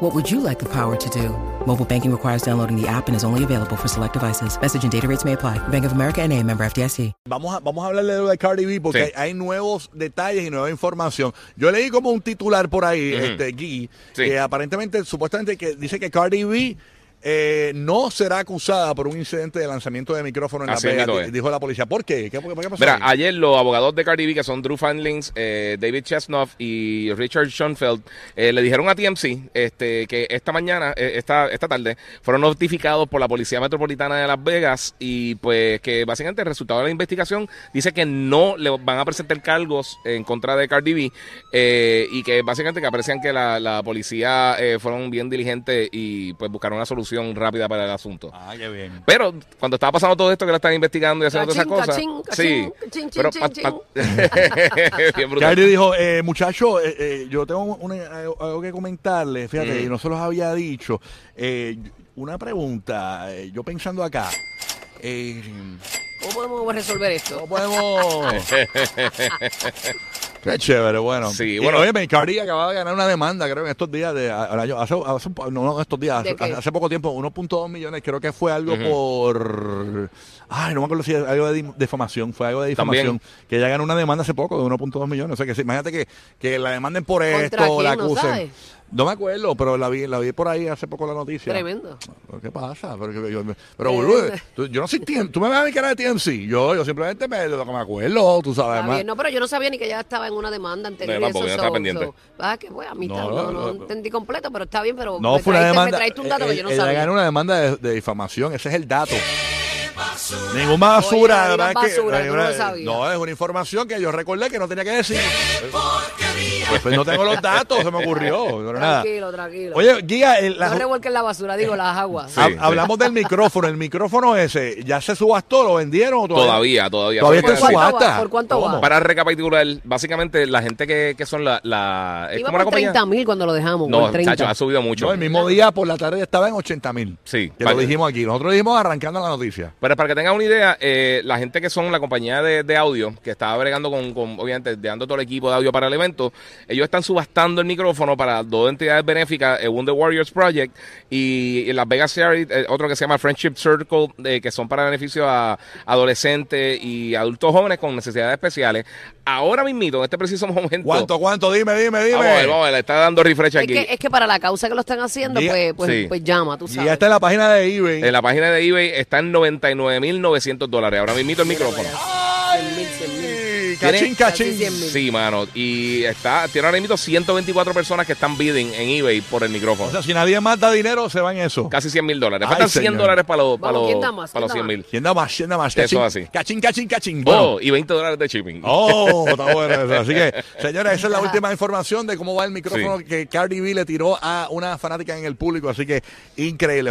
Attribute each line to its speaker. Speaker 1: What would you like the power to do? Mobile banking requires downloading the app and is only available for select devices. Message and data rates may apply. Bank of America and a member FDIC.
Speaker 2: Vamos a, vamos a hablarle de lo de Cardi B porque
Speaker 3: Sí.
Speaker 2: hay, hay nuevos detalles y nueva información. Yo leí como un titular por ahí, este, Gui,
Speaker 3: Sí.
Speaker 2: que aparentemente, supuestamente, que dice que Cardi B eh, no será acusada por un incidente de lanzamiento de micrófono en
Speaker 3: Así
Speaker 2: la
Speaker 3: mismo
Speaker 2: Vega,
Speaker 3: es.
Speaker 2: dijo la policía. ¿Por qué? ¿Qué, por qué pasó?
Speaker 3: Mira,
Speaker 2: ahí?
Speaker 3: ayer los abogados de Cardi B, que son Drew Fanlings, eh, David Chesnoff y Richard Schoenfeld, eh, le dijeron a TMC este, que esta mañana, eh, esta, esta tarde, fueron notificados por la Policía Metropolitana de Las Vegas y pues que básicamente el resultado de la investigación dice que no le van a presentar cargos en contra de Cardi B eh, y que básicamente que aprecian que la, la policía eh, fueron bien diligentes y pues buscaron una solución rápida para el asunto.
Speaker 2: Ah, qué bien.
Speaker 3: Pero cuando estaba pasando todo esto que la están investigando y haciendo
Speaker 4: Cachín,
Speaker 3: todas esas
Speaker 4: cachín,
Speaker 3: cosas.
Speaker 4: cachín,
Speaker 3: sí.
Speaker 4: chin, chin,
Speaker 3: pero
Speaker 4: chin,
Speaker 3: pa-
Speaker 4: chin.
Speaker 3: pa- bien brutal.
Speaker 2: Cardi dijo, eh, muchacho, eh, eh, yo tengo un- eh, algo que comentarle, fíjate, y no se los había dicho. Eh, una pregunta, eh, yo pensando acá, eh,
Speaker 4: ¿Cómo podemos resolver esto?
Speaker 2: ¿cómo podemos...? Qué chévere, bueno.
Speaker 3: Sí,
Speaker 2: Y,
Speaker 3: bueno.
Speaker 2: Oye, me- Cardi acaba de ganar una demanda, creo, en estos días, de, ahora yo- hace, hace un po- no, no, estos días,
Speaker 4: ¿De
Speaker 2: hace,
Speaker 4: qué?
Speaker 2: hace poco tiempo, 1.2 millones, creo que fue algo por... Ay, no me acuerdo si era algo de dif- difamación, fue algo de
Speaker 3: También.
Speaker 2: difamación, que ella ganó una demanda hace poco de 1.2 millones, o sea que sí, imagínate que, que la demanden por
Speaker 4: ¿Contra
Speaker 2: esto, la
Speaker 4: quién? ¿No
Speaker 2: acusen.
Speaker 4: sabes?
Speaker 2: No me acuerdo, pero la vi, la vi por ahí hace poco la noticia.
Speaker 4: Tremendo.
Speaker 2: ¿Pero ¿Qué pasa? Pero, que yo, pero boludo,
Speaker 4: pues,
Speaker 2: tú- yo no soy TM, tú me ves a mi cara de TMC, yo, yo simplemente me, de lo que me acuerdo, tú sabes.
Speaker 4: Está
Speaker 2: más-
Speaker 4: bien, No, pero yo no sabía ni que ya estaba en una demanda anterior.
Speaker 3: No,
Speaker 4: y eso,
Speaker 3: tampoco, yo estaba
Speaker 4: so-
Speaker 3: pendiente.
Speaker 4: so- ah, que bueno, a mí
Speaker 2: No,
Speaker 4: tam-
Speaker 2: no,
Speaker 4: no, no
Speaker 2: no, no.
Speaker 4: entendí completo, pero está bien, pero
Speaker 2: No,
Speaker 4: me
Speaker 2: fue una
Speaker 4: pues, traíste-
Speaker 2: demanda. Eh,
Speaker 4: Me traíste un dato que yo no
Speaker 2: Ella
Speaker 4: sabía.
Speaker 2: ganó una demanda de, de difamación, ese es el dato. Ningún basura,
Speaker 4: Oye,
Speaker 2: la verdad
Speaker 4: ningún
Speaker 2: es que-
Speaker 4: basura,
Speaker 2: la-
Speaker 4: tú no lo
Speaker 2: la-
Speaker 4: sabías.
Speaker 2: no, es una información que yo recordé que no tenía que decir. Pues, pues no tengo los datos, se me ocurrió. pero nada.
Speaker 4: Tranquilo, tranquilo.
Speaker 2: Oye, Guía, el- la-
Speaker 4: no revuelquen la basura, digo, las aguas.
Speaker 3: Sí,
Speaker 2: ha-
Speaker 3: sí.
Speaker 2: hablamos del micrófono. El micrófono ese, ¿ya se subastó? ¿Lo vendieron o todavía?
Speaker 3: Todavía, todavía.
Speaker 2: Todavía
Speaker 3: Pero
Speaker 2: está
Speaker 4: ¿Por
Speaker 2: en
Speaker 3: para-
Speaker 4: cuánto va?
Speaker 2: subasta.
Speaker 4: ¿Por cuánto va?
Speaker 2: ¿Cómo?
Speaker 3: Para recapitular, básicamente la gente que, que son la... la es
Speaker 4: Iba
Speaker 3: como una
Speaker 4: por
Speaker 3: compañía.
Speaker 4: 30 mil cuando lo dejamos.
Speaker 3: No,
Speaker 4: por 30.
Speaker 3: chacho, ha subido mucho.
Speaker 2: No, el mismo día por la tarde estaba en 80 mil.
Speaker 3: Sí,
Speaker 2: Que lo
Speaker 3: vale.
Speaker 2: dijimos aquí. Nosotros lo dijimos arrancando la noticia.
Speaker 3: Pero para que tengan una idea, eh, la gente que son la compañía de, de audio, que estaba bregando con, con, obviamente, dando todo el equipo de audio para el evento, ellos están subastando el micrófono para dos entidades benéficas, eh, un The Warriors Project y, y Las Vegas Series, eh, otro que se llama Friendship Circle, eh, que son para beneficio a adolescentes y adultos jóvenes con necesidades especiales. Ahora mismito, en este preciso momento...
Speaker 2: ¿Cuánto, cuánto? Dime, dime, dime.
Speaker 3: Vamos a ver, vamos a ver, le está dando refresh
Speaker 4: es,
Speaker 3: aquí.
Speaker 4: que, es que para la causa que lo están haciendo,
Speaker 2: Diga-
Speaker 4: pues, pues,
Speaker 3: Sí.
Speaker 4: pues llama, tú
Speaker 2: Y
Speaker 4: sabes.
Speaker 2: ya está en la página de eBay.
Speaker 3: En la página de eBay está en 99.900 dólares. Ahora mismito el micrófono.
Speaker 2: Sí,
Speaker 3: Tiene-
Speaker 2: Cachín, cachín.
Speaker 4: Casi cien mil.
Speaker 3: Sí, mano. Y está, tiene ahora mismo 124 personas que están bidding en eBay por el micrófono.
Speaker 2: O sea, si nadie más da dinero, se va en eso.
Speaker 3: Casi 100 mil dólares.
Speaker 2: Ay,
Speaker 3: Faltan 100
Speaker 2: señor.
Speaker 3: dólares para los, para
Speaker 4: Vamos,
Speaker 3: los,
Speaker 4: ¿quién da más?
Speaker 3: para los
Speaker 4: ¿quién
Speaker 3: 100
Speaker 4: da
Speaker 3: mil.
Speaker 2: ¿Quién da más? ¿Quién da más?
Speaker 3: Eso
Speaker 2: Cachín,
Speaker 3: así.
Speaker 2: Cachín, cachín, cachín. Bueno.
Speaker 3: Oh, y 20 dólares de shipping.
Speaker 2: Oh, está bueno eso. Así que, señores, esa es la última información de cómo va el micrófono que Cardi B le tiró a una fanática en el público. Así que, increíble.